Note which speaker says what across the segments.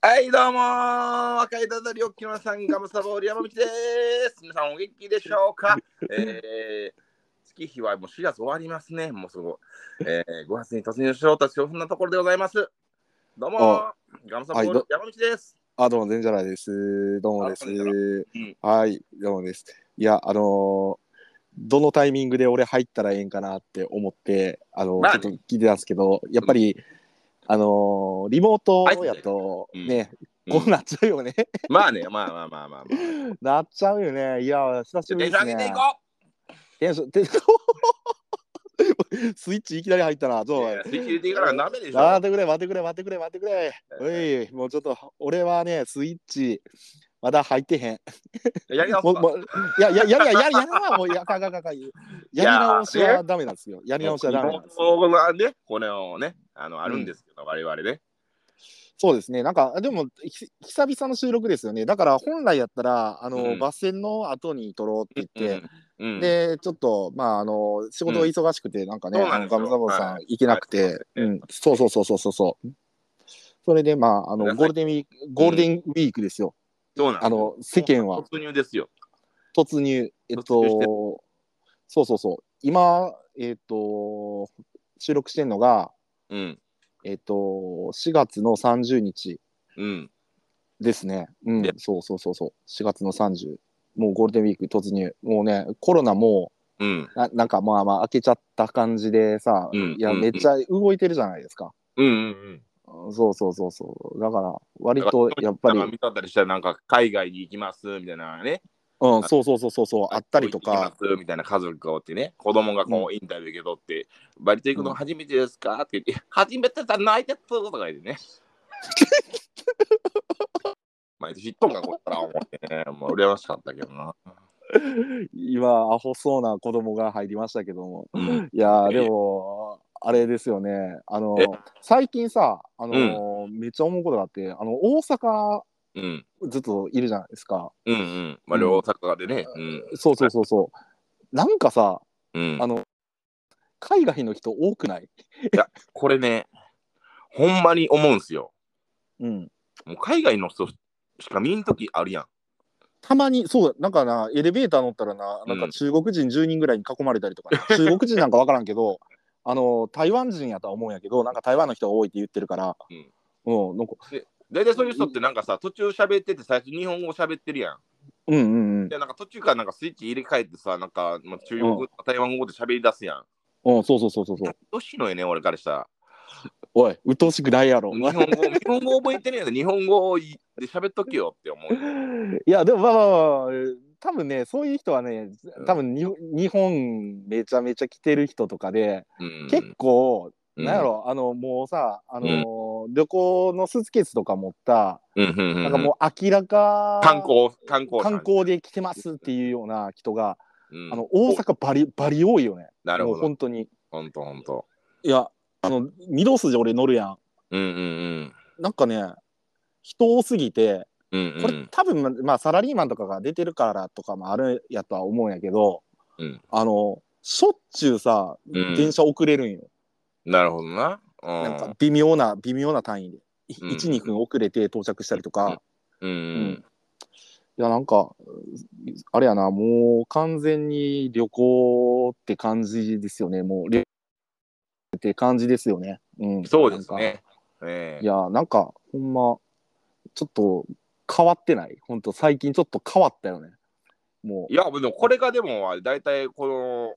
Speaker 1: はい、どうも赤いダダリオキノさん、ガムサボーリ山道です。皆さんお元気でしょう かえー、月日はもう4月終わりますね。もうすぐ、えー、5月に突入しようとしようなところでございます。どうも
Speaker 2: あ
Speaker 1: ガムサボーリ
Speaker 2: はいど
Speaker 1: 山道です。
Speaker 2: あ、どうも、全じゃないです。どうもで
Speaker 1: あこん
Speaker 2: す
Speaker 1: うん。
Speaker 2: はい、どうもです。いや、あのーどのタイミングで俺入ったらええんかなって思って、あのー
Speaker 1: まあね
Speaker 2: ちょっと聞いてたんですけど、やっぱり、あのーリモートやと、
Speaker 1: うん
Speaker 2: ね、
Speaker 1: うん
Speaker 2: こうなっちゃうよね。
Speaker 1: まあね、まあまあまあまあ、まあ。
Speaker 2: なっちゃうよね。いや、久しぶ
Speaker 1: テ
Speaker 2: り
Speaker 1: ンシ
Speaker 2: で
Speaker 1: ョン上
Speaker 2: す
Speaker 1: げ
Speaker 2: ね。
Speaker 1: ていこ
Speaker 2: テンション、テンション スイッチいきなり入ったな、
Speaker 1: う
Speaker 2: どう
Speaker 1: い
Speaker 2: だ
Speaker 1: やスイッチ入れていからダメでしょ。
Speaker 2: 待ってくれ待ってくれ待ってくれ待ってくれおいもうちょっと俺はねスイッチまだ入ってへん
Speaker 1: やり直
Speaker 2: も
Speaker 1: す
Speaker 2: う
Speaker 1: か
Speaker 2: もういやいややりややりやりはもうやかかかかやり直しはダメなんですよやり直しはダメなんですよ
Speaker 1: このね、これをね、あの、あるんですけど、我々ね。
Speaker 2: そうですねなんかでもひ久々の収録ですよねだから本来やったらあの、
Speaker 1: うん
Speaker 2: バス戦の後に撮ろうって言って、
Speaker 1: うん、うん、
Speaker 2: でちょっとまああの仕事が忙しくてなんかね、
Speaker 1: そうな
Speaker 2: あ
Speaker 1: ん
Speaker 2: の
Speaker 1: ですよ
Speaker 2: ガムザボーさ
Speaker 1: は
Speaker 2: ん行けなくて、
Speaker 1: はい
Speaker 2: うん、そうそうそうそうそうそうそれでまああ
Speaker 1: ごめ
Speaker 2: の
Speaker 1: んなさい
Speaker 2: ゴールデンウィークゴールデンウィークですよ、
Speaker 1: どうなん
Speaker 2: あの世間は
Speaker 1: 突入ですよ。
Speaker 2: 突入、え
Speaker 1: 突入して
Speaker 2: っと、そうそうそう、今、えっと、収録してるのが、
Speaker 1: うん。
Speaker 2: えっと、4月の30日
Speaker 1: うん。
Speaker 2: ですね。う
Speaker 1: で
Speaker 2: ん、そうそうそうそう、4月の30、もうゴールデンウィーク突入、もうね、コロナも
Speaker 1: うん。
Speaker 2: な、なんかまあまあ、開けちゃった感じでさ、
Speaker 1: うん
Speaker 2: いや、
Speaker 1: うん
Speaker 2: めっちゃ動いてるじゃないですか。
Speaker 1: うんうん
Speaker 2: そうそうそうそう、だから、割とやっぱ
Speaker 1: うん。
Speaker 2: り、
Speaker 1: なんか見たったりしたら、なんか海外に行きますみたいなね。
Speaker 2: うん、そうそうそうそうそう、あったりと
Speaker 1: 行
Speaker 2: か
Speaker 1: き。ますみたいな家族がおってね、子供がこうインタビュー受け取って、バリと行くの初めてですかって言って、初めてだ、泣いてったとか言 ってね。毎年知っとんか、こったら思ってね。もう羨ましかったけどな。
Speaker 2: 今、アホそうな子供が入りましたけども。
Speaker 1: うん。
Speaker 2: いやー
Speaker 1: いやいや
Speaker 2: でもあれですよねあの
Speaker 1: え
Speaker 2: 最近さあのー、めっちゃ思うことがあってあの大阪
Speaker 1: うん。
Speaker 2: ずっといるじゃないですか
Speaker 1: うんうん。まあ、両大阪でね。うん。
Speaker 2: そうそうそうそうなんかさ
Speaker 1: うん
Speaker 2: あ。の海外の人多くない、
Speaker 1: これね、ほんまに思うんすよ。
Speaker 2: うん、
Speaker 1: もう海外の人しか見んときあるやん。
Speaker 2: たまにそうなんかなエレベーター乗ったらななん
Speaker 1: う
Speaker 2: か
Speaker 1: ん
Speaker 2: 中国人10人ぐらいに囲まれたりとかね、 中国人なんか分からんけどあの台湾人やとは思うんやけどなんか台湾の人が多いって言ってるから、
Speaker 1: うん
Speaker 2: うんなんか
Speaker 1: 大体そういう人ってなんかさ、途中喋ってて最初日本語喋ってるやん。
Speaker 2: うんうんうん
Speaker 1: で、なんか途中からなんかスイッチ入れ替えてさ、なんかまあ中国語とか台湾語で喋り出すやん。
Speaker 2: うんそうそうそうそうそう
Speaker 1: どうしいのよね、俺からしたら。
Speaker 2: おい鬱陶しくないやろ
Speaker 1: 日本語、日本語覚えてねえんだ日本語で喋っとけよって思う。
Speaker 2: いやでもまあまあまあ多分ねそういう人はね多分に、日本めちゃめちゃ来てる人とかで、
Speaker 1: うん、
Speaker 2: 結構、
Speaker 1: うん
Speaker 2: なんやろあのもうさあのー、旅行のスーツケースとか持った、
Speaker 1: うんうんうんうん
Speaker 2: なんかもう明らか
Speaker 1: 観光、観光
Speaker 2: 観光で来てますっていうような人が、
Speaker 1: うん
Speaker 2: あの大阪バリバリ多いよね
Speaker 1: なる
Speaker 2: も
Speaker 1: ほ
Speaker 2: う
Speaker 1: ど。
Speaker 2: 本当に
Speaker 1: ほんとほんと。
Speaker 2: いやあの御堂筋俺乗るやん
Speaker 1: うんうん
Speaker 2: なんかね人多すぎて、
Speaker 1: うん。うんうん、
Speaker 2: これ多分ままあサラリーマンとかが出てるからとかもあるやとは思うんやけど、
Speaker 1: うん
Speaker 2: あのしょっちゅうさ、
Speaker 1: うん
Speaker 2: 電車遅れるんよ
Speaker 1: なるほどな。う
Speaker 2: なん
Speaker 1: ん
Speaker 2: か微妙な微妙な単位で、い
Speaker 1: うん
Speaker 2: 12分遅れて到着したりとか、
Speaker 1: うん
Speaker 2: う
Speaker 1: うん
Speaker 2: いやなんかあれやなもう完全に旅行って感じですよねもう旅って感じですよね、うん、
Speaker 1: ん、そうです
Speaker 2: なん
Speaker 1: ね。え
Speaker 2: か
Speaker 1: え
Speaker 2: いやなんかほんまちょっと変わってないほんと最近ちょっと変わったよねもう
Speaker 1: いや、でもこれがでも、あれ大体この、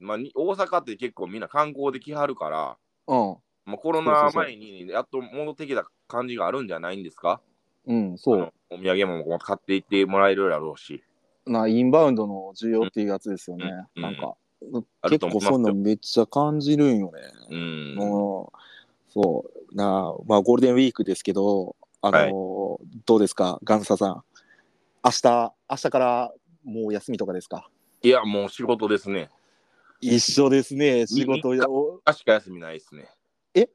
Speaker 1: まあ、に大阪って結構みんな観光で来はるから、
Speaker 2: うん
Speaker 1: まあ、コロナ前にやっと戻ってきた感じがあるんじゃないんですか
Speaker 2: うん、そう。
Speaker 1: あのお土産も買っていってもらえるだろうし。
Speaker 2: な、インバウンドの需要っていうやつですよね。
Speaker 1: うん
Speaker 2: なんか、
Speaker 1: ある
Speaker 2: 結
Speaker 1: と思いま
Speaker 2: 構
Speaker 1: す
Speaker 2: そういうのめっちゃ感じるんよね。
Speaker 1: うん。
Speaker 2: もう、そう。なあ、まあ、ゴールデンウィークですけど、あのどうですか、ガンサさん。明日、明日からもう休みとかですか
Speaker 1: いや、もう仕事ですね。
Speaker 2: 一緒ですね、 仕事
Speaker 1: 三日
Speaker 2: を。
Speaker 1: 確か休みないですね。
Speaker 2: え、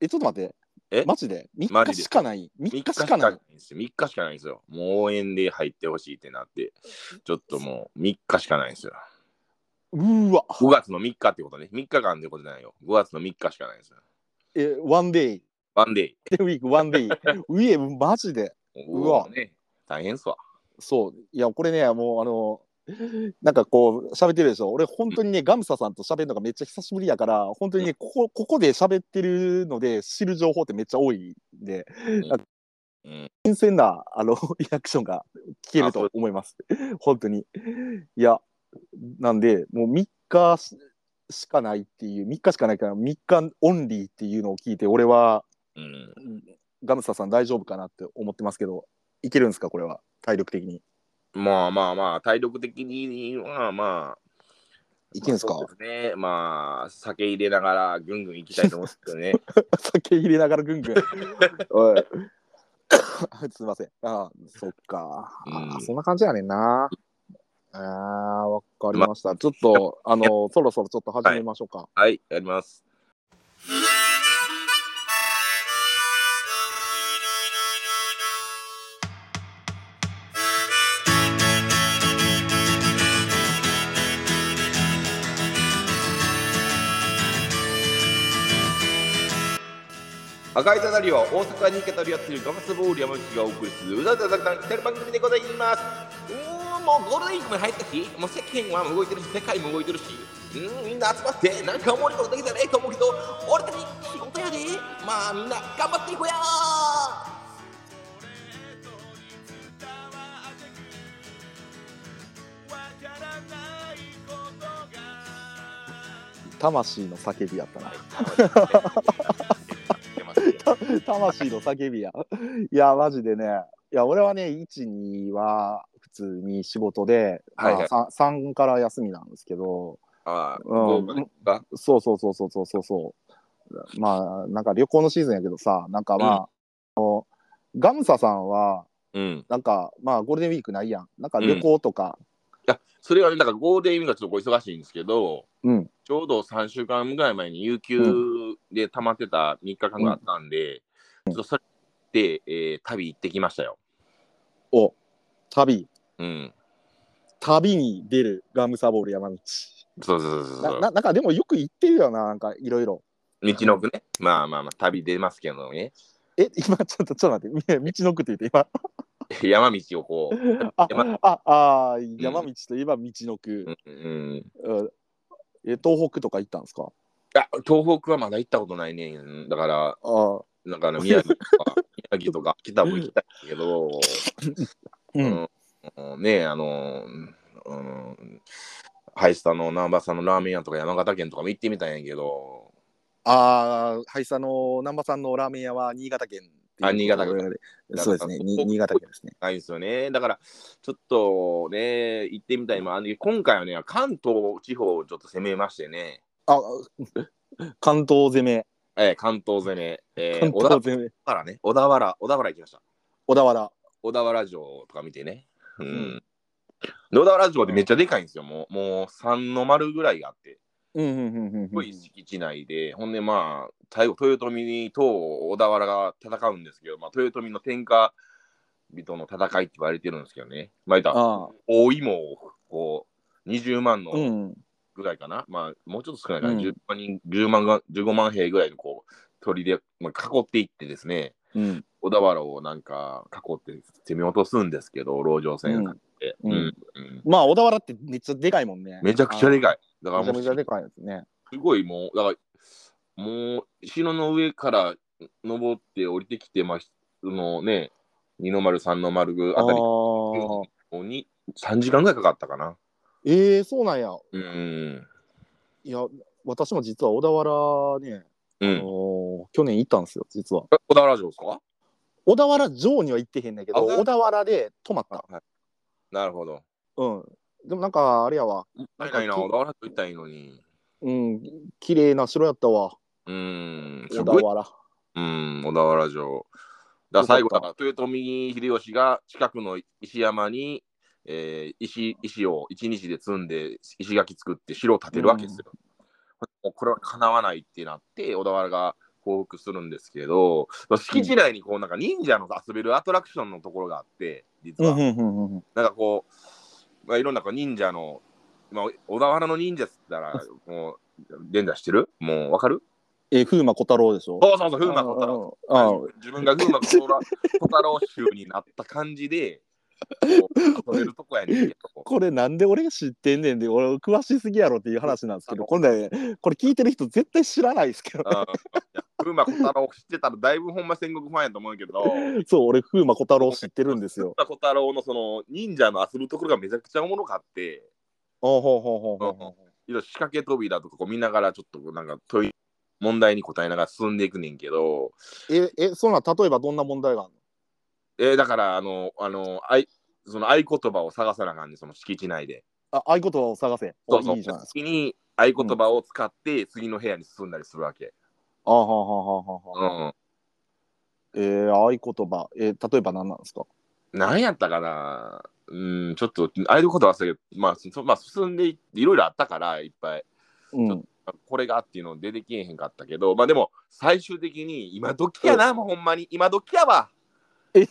Speaker 2: え、ちょっと待って。
Speaker 1: え
Speaker 2: マジで
Speaker 1: マ
Speaker 2: ?3
Speaker 1: ジ
Speaker 2: 日
Speaker 1: で
Speaker 2: しかない。3日しかない
Speaker 1: ん。ですよ。3日しかないんですよ。もう応援で入ってほしいってなって、ちょっともう3日しかないんですよ。
Speaker 2: うーわ。
Speaker 1: 5月の3日ってことね。3日間ってことじゃないよ。5月の3日しかないんですよ。
Speaker 2: え、ワンデイ。
Speaker 1: ワンデイ。
Speaker 2: デンウィーク、ワン デイ。ウィエ、マジで。うわ
Speaker 1: おーね、大変っすわ。
Speaker 2: そう。いや、これね、もう、あの、なんかこう、喋ってるでしょ。俺、本当にね、ガムサさんと喋るのがめっちゃ久しぶりやから、本当にね、ここ、ここで喋ってるので、知る情報ってめっちゃ多いんで、
Speaker 1: うん、
Speaker 2: 新鮮な、あの、 リアクションが聞けると思います。本当に。いや、なんで、もう3日ししかないっていう、3日しかないから、3日オンリーっていうのを聞いて、俺は、
Speaker 1: うん、
Speaker 2: ガムサさん大丈夫かなって思ってますけど、いけるんですか、これは、体力的に。
Speaker 1: まあまあまあ、体力的にはまあ、
Speaker 2: いけんすか
Speaker 1: まあそうですね。まあ、酒入れながらぐんぐん行きたいと思うんですけどね。
Speaker 2: 酒入れながらぐんぐん。 おい すいません。ああそっか。ああ
Speaker 1: うん
Speaker 2: そんな感じやねんな。ああわかりました。ちょっと、あの、そろそろちょっと始めましょうか。
Speaker 1: はい、やります。赤い飾りは大阪に行けたりやってるガマスボール山口がお送りするうだうだ雑談来てる番組でございますうーんもうゴールデンウィークも入ったしもう世間はもう動いてるし世界も動いてるしうーんみんな集まってなんかおもろいことできたらええと思うけど俺たち仕事やでまあみんな頑張っていこうや
Speaker 2: 魂の叫びやったな。
Speaker 1: 出ますね
Speaker 2: 魂の叫びや。 いや、マジでね。いや、俺はね、1、2は普通に仕事で、
Speaker 1: はいはい
Speaker 2: まあ、3, から休みなんですけど、
Speaker 1: ああ、
Speaker 2: う
Speaker 1: ど
Speaker 2: ん
Speaker 1: うかねあ
Speaker 2: そうそうそうそうそうそうそう。まあ、なんか旅行のシーズンやけどさ、なんかまあ、
Speaker 1: うん
Speaker 2: あのガムサさんは、
Speaker 1: うん。
Speaker 2: なんかまあゴールデンウィークないやん。なんか旅行とか、
Speaker 1: いや、それはね、だからゴールデンウィークがちょっとお忙しいんですけど、
Speaker 2: うん、
Speaker 1: ちょうど3週間ぐらい前に有給で溜まってた3日間があったんで、ちょっとそれで、えー旅行ってきましたよ。
Speaker 2: を旅、
Speaker 1: うん。
Speaker 2: 旅に出るガムサボール山道。
Speaker 1: そうそうそうそ
Speaker 2: な
Speaker 1: う。
Speaker 2: ななんかでもよく行ってるよな、なんかいろいろ。
Speaker 1: 道の奥ね。まあまあまあ、旅出ますけどね。
Speaker 2: え、今ちょっとちょっと待って、 道のくって言って今。
Speaker 1: 山道をこう。
Speaker 2: あ
Speaker 1: 山
Speaker 2: ああー山道といえば道のく、
Speaker 1: うんうん、
Speaker 2: うんえ東北とか行ったんですか
Speaker 1: あ東北はまだ行ったことないねんだから、
Speaker 2: あー
Speaker 1: なん かあの宮城とか、宮城とか北も行きたいけど、
Speaker 2: う
Speaker 1: うんんねえ、あの、うん、ハイスタの南波さんのラーメン屋とか山形県とかも行ってみたんやけど、
Speaker 2: ああはいさの難波さんのラーメン屋は新潟県っていう
Speaker 1: あ新潟県
Speaker 2: そうですねに新潟県ですね
Speaker 1: ないですよね。だから、ちょっとね、行ってみたいもあるんで今回はね、関東地方をちょっと攻めましてね、
Speaker 2: あ関東攻め
Speaker 1: えー関東攻め、えー
Speaker 2: 関
Speaker 1: 小田
Speaker 2: 東攻め
Speaker 1: 原ね、小田原、小田原行きました。
Speaker 2: 小田原
Speaker 1: 小田原城とか見てね。うんん。で小田原城ってめっちゃでかいんですよ。もう、もう三の丸ぐらいあって、
Speaker 2: うんうんうんうん
Speaker 1: す
Speaker 2: う
Speaker 1: ご
Speaker 2: ん
Speaker 1: い敷地内で、ほんでまあ、最後、豊臣と小田原が戦うんですけど、まあ、豊臣の天下人の戦いって言われてるんですけどね。まあ、言ったら
Speaker 2: あ
Speaker 1: 大芋を、こう、20万
Speaker 2: あ
Speaker 1: の
Speaker 2: うん
Speaker 1: ぐらいかな。まあ、もうちょっと少ないか
Speaker 2: う
Speaker 1: な。
Speaker 2: ん
Speaker 1: 10万人、10万が、15万兵ぐらいのこう、鳥で、まあ、囲っていってですね、
Speaker 2: うん
Speaker 1: 小田原をなんか囲って攻め落とすんですけど、籠城戦があって、
Speaker 2: うん
Speaker 1: うんうん
Speaker 2: まあ小田原ってめっちゃでかいもんね
Speaker 1: めちゃくちゃでかい。だ
Speaker 2: あ
Speaker 1: から
Speaker 2: ーめちゃ
Speaker 1: も
Speaker 2: め
Speaker 1: う
Speaker 2: ちゃですかいですね
Speaker 1: ごいもう、だからもう城の上から登って降りてきて、まあ、そのね、二の丸三の丸
Speaker 2: あ
Speaker 1: あたり
Speaker 2: ー
Speaker 1: に3時間ぐらいかかったかな。
Speaker 2: えー、そうなんや
Speaker 1: うん。
Speaker 2: いや私も実は小田原ね、
Speaker 1: う
Speaker 2: あの
Speaker 1: ん、
Speaker 2: ー去年行ったんですよ実は
Speaker 1: え小田原城ですか
Speaker 2: 小田原城には行ってへんねんけど
Speaker 1: あ
Speaker 2: 小田原で泊まった
Speaker 1: なるほど。
Speaker 2: うんでもなんかあれやわ
Speaker 1: ないないな、小田原城行ったらいいのに。
Speaker 2: うん綺麗な城やったわ
Speaker 1: うん、す
Speaker 2: 小
Speaker 1: ごい
Speaker 2: 田原
Speaker 1: うん、小田原城。だから最後だから、豊臣秀吉が近くの石山に、えー石石を一日で積んで石垣作って城を建てるわけですよ。もうこれはかなわないってなって小田原が降伏するんですけど敷地内にこうなんか忍者の遊べるアトラクションのところがあって実は、
Speaker 2: んうんうん
Speaker 1: なんかこう、まあ、いろんなこう忍者の、まあ、小田原の忍者っつったらもう連打してるもうわかる
Speaker 2: えー、風磨小太郎でしょ。
Speaker 1: そうそうそう、風磨小太郎。
Speaker 2: 郎。うん
Speaker 1: はい自分が風磨小太郎小太郎衆になった感じで、こう遊べるとこやねんけど。
Speaker 2: これなんで俺が知ってんねんで、俺詳しすぎやろっていう話なんですけど、これ、ね、これ聞いてる人絶対知らないですけど
Speaker 1: う、んいや風磨小太郎知ってたらだいぶほんま戦国ファンやと思うけど、風
Speaker 2: そう、俺風磨小太郎知ってるんですよ。
Speaker 1: 磨小太郎のその忍者の遊ぶところがめちゃくちゃおもろかって、
Speaker 2: おうほうほうほうほうほ
Speaker 1: いろいろ仕掛け扉とかこう見ながらちょっとなんか問い問題に答えながら進んでいくねんけど、
Speaker 2: う。え、え、そんなん例えばどんな問題がある
Speaker 1: えーだからあの、あの、あいその合言葉を探さなあかんねんその敷地内で。
Speaker 2: のあ、合言葉を探せ。
Speaker 1: そうそう。
Speaker 2: いいじゃないですか。
Speaker 1: 次に合言葉を使って次の部屋に進んだりするわけ。
Speaker 2: あははははは。
Speaker 1: うん。
Speaker 2: えー、合言葉。えー、例えば何なんですか
Speaker 1: 何やったかなうん、ちょっと、合言葉忘れたけど、まあ、そまあ、進んでいって、いろいろあったから、いっぱい。
Speaker 2: うん。
Speaker 1: これがっていうの出てきえへんかったけど、まあでも、最終的に今時やな、もうほんまに。今時やわ
Speaker 2: え。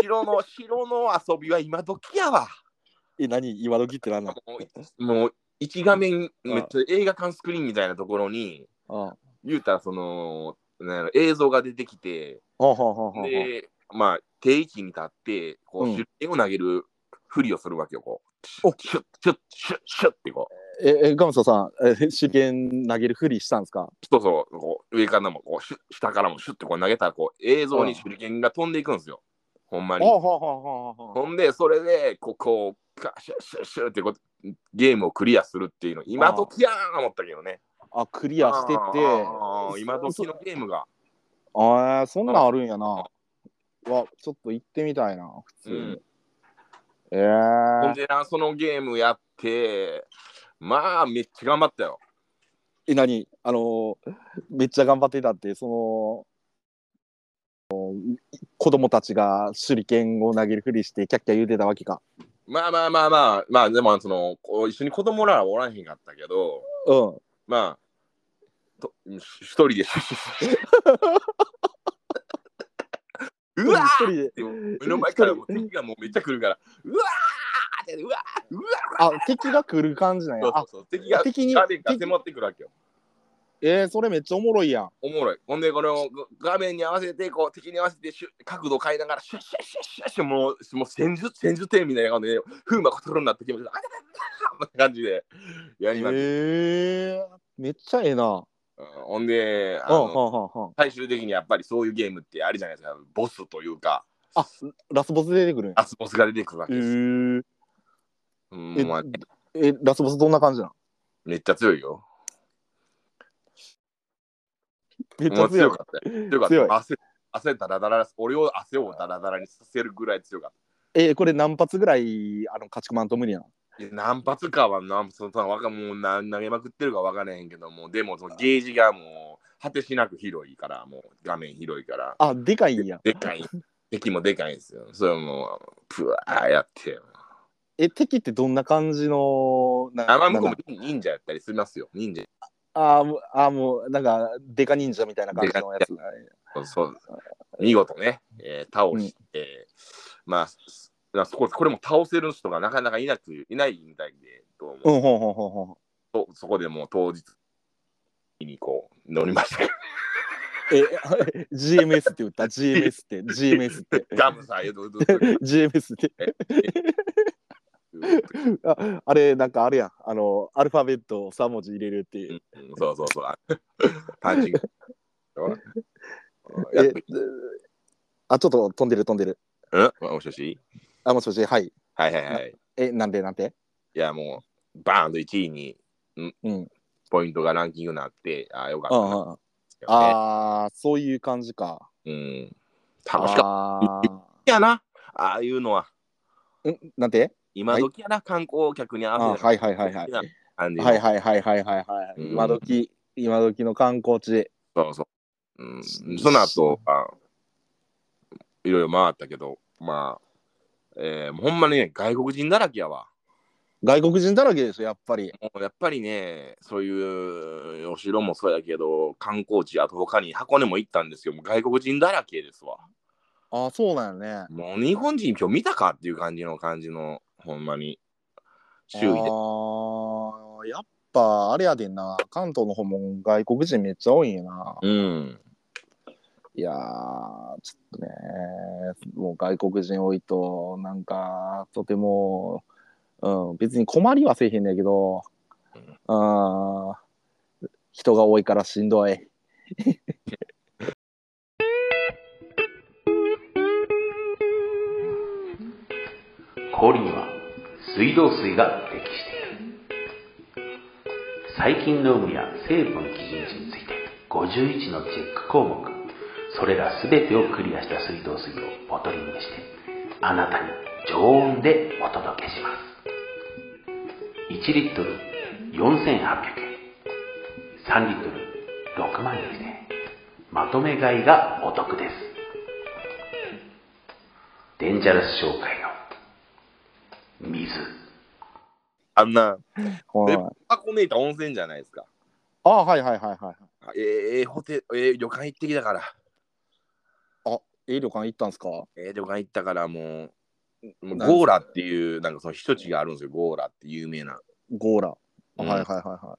Speaker 1: 城の、城の遊びは今時やわ。
Speaker 2: え、何今時って何なの
Speaker 1: もう、もう一画面、めっちゃ映画館スクリーンみたいなところに、
Speaker 2: あ
Speaker 1: 言うたら、その、なんやろ映像が出てきて、
Speaker 2: ははははは。
Speaker 1: で、まあ、定位置に立って、こ
Speaker 2: うん
Speaker 1: う、手裏剣を投げるふりをするわけよ、こ
Speaker 2: お
Speaker 1: う。シュッ、シュッ、シュッ、シュッってこう。
Speaker 2: え、え、ガムサさん、え、 手裏剣投げるふりしたんですか
Speaker 1: そうそう、こう上からもこうシュッ、下からもシュッてこう投げたら、こう、映像に手裏剣が飛んでいくんですよ。ほんま
Speaker 2: あ
Speaker 1: に。
Speaker 2: ははははは。
Speaker 1: ほんで、それで、こうこう、カシュッシュッシュッってこう、ゲームをクリアするっていうの、今時やー思ったけどね。
Speaker 2: あ、クリアしてて。
Speaker 1: あー今時のゲームが。
Speaker 2: ああ、そんなんあるんやな。わ、ちょっと行ってみたいな、普通に。
Speaker 1: うん
Speaker 2: え
Speaker 1: ほ
Speaker 2: ー
Speaker 1: んでな、そのゲームやって、まあ、めっちゃ頑張ったよ。
Speaker 2: え、何あのーめっちゃ頑張ってたって、その、子供たちが手裏剣を投げるふりしてキャッキャ言うてたわけか。
Speaker 1: まあまあまあまあ、まあ、でも、その、こう一緒に子供らはおらへんかったけど、
Speaker 2: うん。
Speaker 1: まあ、と一人で、うわー
Speaker 2: 一人で。
Speaker 1: でも目の前からもう敵がもうめっちゃ来るから、うわーって、うわー、うわ
Speaker 2: あ、敵が来る感じなん
Speaker 1: ー
Speaker 2: や
Speaker 1: そう。そうそ
Speaker 2: あ、
Speaker 1: う敵が、
Speaker 2: 敵に
Speaker 1: 画面が
Speaker 2: 敵
Speaker 1: 迫ってくるわけよ。
Speaker 2: えー、それめっちゃおもろいやん。
Speaker 1: おもろい。ほんで、これを画面に合わせて、こう、敵に合わせてシュ、角度変えながら、シュッシュッシュッシュッシュッ、もう、もう戦術、戦術点みたいな感じで、風磨コトロになってきました。ああああああ感じで、や
Speaker 2: え
Speaker 1: りました。
Speaker 2: ー、めっちゃええな。
Speaker 1: うんほんで、あ
Speaker 2: うん、う
Speaker 1: の
Speaker 2: ん、うん、うん。
Speaker 1: 最終的にやっぱりそういうゲームってあれじゃないですか、ボスというか、
Speaker 2: あ、ラスボス出てくるんや。
Speaker 1: ラスボスが出てくるわ
Speaker 2: え
Speaker 1: けです。
Speaker 2: ー、
Speaker 1: うん
Speaker 2: え
Speaker 1: まあ、
Speaker 2: え、ラスボスどんな感じなん
Speaker 1: めっちゃ強いよ。
Speaker 2: めっち
Speaker 1: も
Speaker 2: ゃ
Speaker 1: う強
Speaker 2: 強い
Speaker 1: か。ったよ。強かった
Speaker 2: 強い
Speaker 1: よ。汗汗だらだら、俺を汗をだらだらにさせるぐらい強かっ
Speaker 2: えーこれ何発ぐらいあの勝ち組まんと無理やん
Speaker 1: た。いや何発かは何そのわかもうな投げまくってるかわからへんけども、でもそのゲージがもう果てしなく広いから、もう画面広いから、
Speaker 2: あでかいんや
Speaker 1: でかい。敵もでかいんですよ。それもう、ぷわーやってよ。
Speaker 2: え敵ってどんな感じのな
Speaker 1: あまあ、向こ
Speaker 2: なんか
Speaker 1: うも忍者やったりしますよ。忍者。
Speaker 2: あーもうあーもうなんかでか忍者みたいな感じのやつ
Speaker 1: そうそう見事ね、えー、倒して、まあ、すまあそここれも倒せる人がなかなかいなくいないみたいで、どうも。
Speaker 2: うんほんほんほんほん
Speaker 1: そそこでもう当日にこう乗りました。
Speaker 2: え GMS って打った GMS って GMS って
Speaker 1: ガムさん、えっと、ど
Speaker 2: GMS ってああれなんかあれやんあのアルファベットを3文字入れるっていう、
Speaker 1: そうそうそう。 パンチング。
Speaker 2: えあちょっと飛んでる飛んでる
Speaker 1: うんもしもし
Speaker 2: あもしもしはい
Speaker 1: はいはいはい。
Speaker 2: えなんでなんで
Speaker 1: いや、もう、バーンと1位に、
Speaker 2: うん
Speaker 1: ポイントがランキングになって、ああ、よかっ
Speaker 2: う
Speaker 1: た
Speaker 2: んう
Speaker 1: なん
Speaker 2: うん
Speaker 1: ですよね。
Speaker 2: ああそういう感じか
Speaker 1: うん。楽しかっ
Speaker 2: あー
Speaker 1: たやな、ああいうのは。
Speaker 2: んなんて
Speaker 1: 今時やな、観光客に合
Speaker 2: あ
Speaker 1: わせ
Speaker 2: はいはいはいはい。
Speaker 1: な感じ。
Speaker 2: はいはいはいはいはいはい。
Speaker 1: うん
Speaker 2: 今時、今時の観光地。
Speaker 1: そうそう。うん、その後は、いろいろ回ったけど、まあ、えー、ほんまにね、外国人だらけやわ。
Speaker 2: 外国人だらけでしょ、やっぱり。
Speaker 1: もうやっぱりね、そういうお城もそうやけど、観光地、あと他に箱根も行ったんですけど、もう外国人だらけですわ。
Speaker 2: ああ、そうなんよね。
Speaker 1: もう日本人今日見たかっていう感じの感じの、ほんまに、周囲
Speaker 2: あ
Speaker 1: で。
Speaker 2: ーやっぱあれやでんな、関東の方も外国人めっちゃ多いんやな。
Speaker 1: うん。
Speaker 2: いやー、ちょっとね、もう外国人多いと、なんか、とても、うん、別に困りはせえへんねんけど、あー人が多いからしんどい。
Speaker 3: 氷には水道水が適している細菌の有無や成分基準値について51のチェック項目それら全てをクリアした水道水をボトリングしてあなたに常温でお届けします1リットル4800円3リットル6万円でまとめ買いがお得ですデンジャラス商会の水
Speaker 1: あんな、
Speaker 2: はい、
Speaker 1: 箱めいた温泉じゃないですか。
Speaker 2: あーはいはいはいはい。
Speaker 1: あええええホテル、ええ旅館行ってきたから。
Speaker 2: ええ旅館行ったんすか
Speaker 1: ええ旅館行ったからもう、もうゴーラっていう、なんかその一地があるんですよ、ゴーラって有名な。
Speaker 2: ゴーラ。
Speaker 1: うん
Speaker 2: はいはいはいは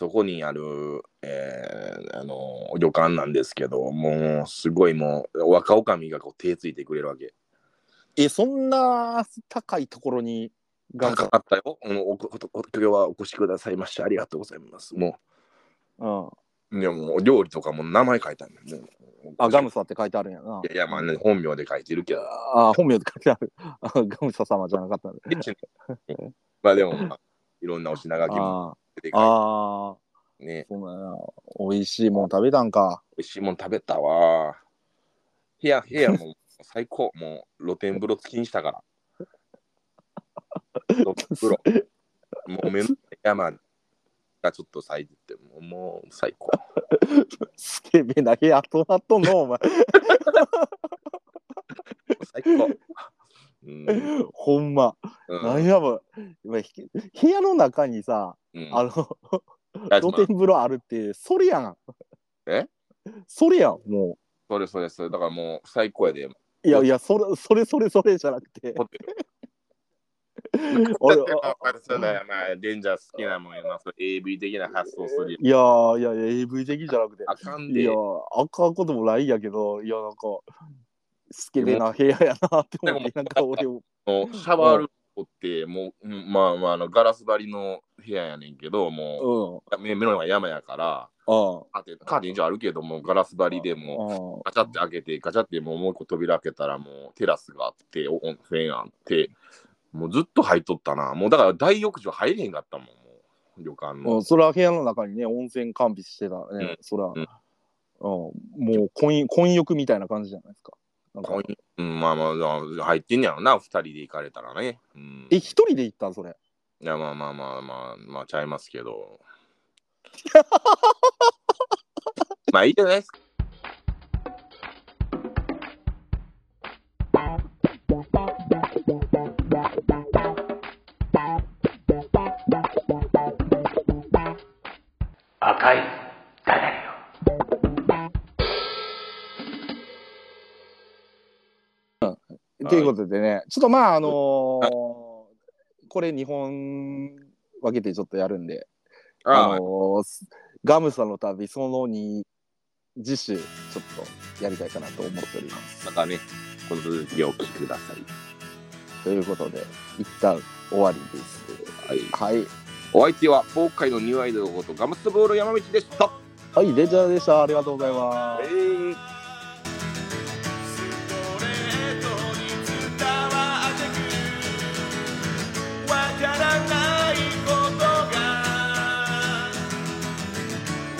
Speaker 1: そこにある、えーあの旅館なんですけど、もうすごいもう若女将がこう手ついてくれるわけ。
Speaker 2: い。え、そんな高いところに、が
Speaker 1: 高かったよ。うんおこおお今日はお越しくださいましてありがとうございます。も
Speaker 2: うん。
Speaker 1: う、でもう料理とかも名前書いてあるね。もう
Speaker 2: あ、ガムサって書いてあるんやな。
Speaker 1: いやいや、まあね、本名で書いてるけ ど。
Speaker 2: あー、本名で書いてある。あガムサ様じゃなかったんで。
Speaker 1: まあでも、まあいろんなお品書きも
Speaker 2: あ
Speaker 1: 出て
Speaker 2: ーあー。
Speaker 1: るね。
Speaker 2: そうなんや美味しいもん食べたんか。
Speaker 1: 美味しいもん食べたわ。部屋、部屋も最高。もう露天風呂付きにしたから。露天風呂。もう目の山がちょっと咲いてて、もうもう最高。
Speaker 2: スケベな部屋となっとん の、お前。
Speaker 1: 最高。うん。
Speaker 2: ほんま。
Speaker 1: うん
Speaker 2: なんやば部屋の中にさ、
Speaker 1: うん
Speaker 2: あの、
Speaker 1: あ
Speaker 2: 露天風呂あるって、それやん。
Speaker 1: え
Speaker 2: それやん、も
Speaker 1: それそれそれ。だからもう最高やで。
Speaker 2: う。いやいや、それ、それ、それ、それじゃなくて。
Speaker 1: ホテル。
Speaker 2: 俺
Speaker 1: だってまあ、そうだよまあ、レンジャー好きなもんやな。それ AV 的な発想するよ。
Speaker 2: いやーいやいや、AV 的じゃなくて。
Speaker 1: あかん
Speaker 2: い
Speaker 1: で。
Speaker 2: や、あかんこともないんやけど、いや、なんか、スケベな部屋やなって思って、なんか俺も、
Speaker 1: のシャワールームって、もう、うんまあまああの、ガラス張りの部屋やねんけど、も
Speaker 2: うん、
Speaker 1: う、目目の前が山やから、
Speaker 2: あ
Speaker 1: カーテンカーテン以上あるけども、ガラス張りでも、ガ
Speaker 2: あ、
Speaker 1: チャって開けて、ガチャってもうもう一個扉開けたら、もうテラスがあって、お温泉あって、もうずっと入っとったな。もうだから大浴場入れへんかったもん、もう旅館
Speaker 2: う
Speaker 1: の
Speaker 2: ん、。それは部屋の中にね、温泉完備してたね、
Speaker 1: ん
Speaker 2: それは、
Speaker 1: う
Speaker 2: うんんもう婚婚浴みたいな感じじゃないですか。なんか
Speaker 1: こういううん、まあまあ、まあ入ってんねやろな、二人で行かれたらね。うん、
Speaker 2: え、
Speaker 1: い
Speaker 2: 一人で行ったんそれ。
Speaker 1: や、まあまあまあまあ、まあ、ちゃいますけ ど。まあいいじゃないですか。
Speaker 3: 赤いダダリよ
Speaker 1: はい
Speaker 2: ということでね、ちょっとまあ、あのーこれ、日本分けてちょっとやるんで、あのーすガムさんの旅、その2、次週、ちょっとやりたいかなと思っております。
Speaker 1: またね、この続きをお聞きください。
Speaker 2: ということで、一旦終わりです。
Speaker 1: はい、
Speaker 2: はい、
Speaker 1: お相手は、崩壊のニューアイドルこと、ガムスボール山道でした。
Speaker 2: はい、レジャーでした。ありがとうございます。
Speaker 4: 「ストレートに伝わってく」「わからないことが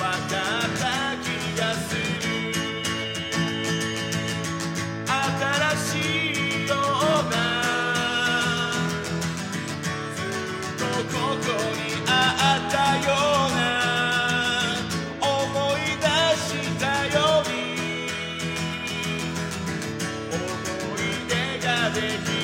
Speaker 4: わかった気がする」「新しいような」「ずっとここにあったような」「思い出したように」思い出ができる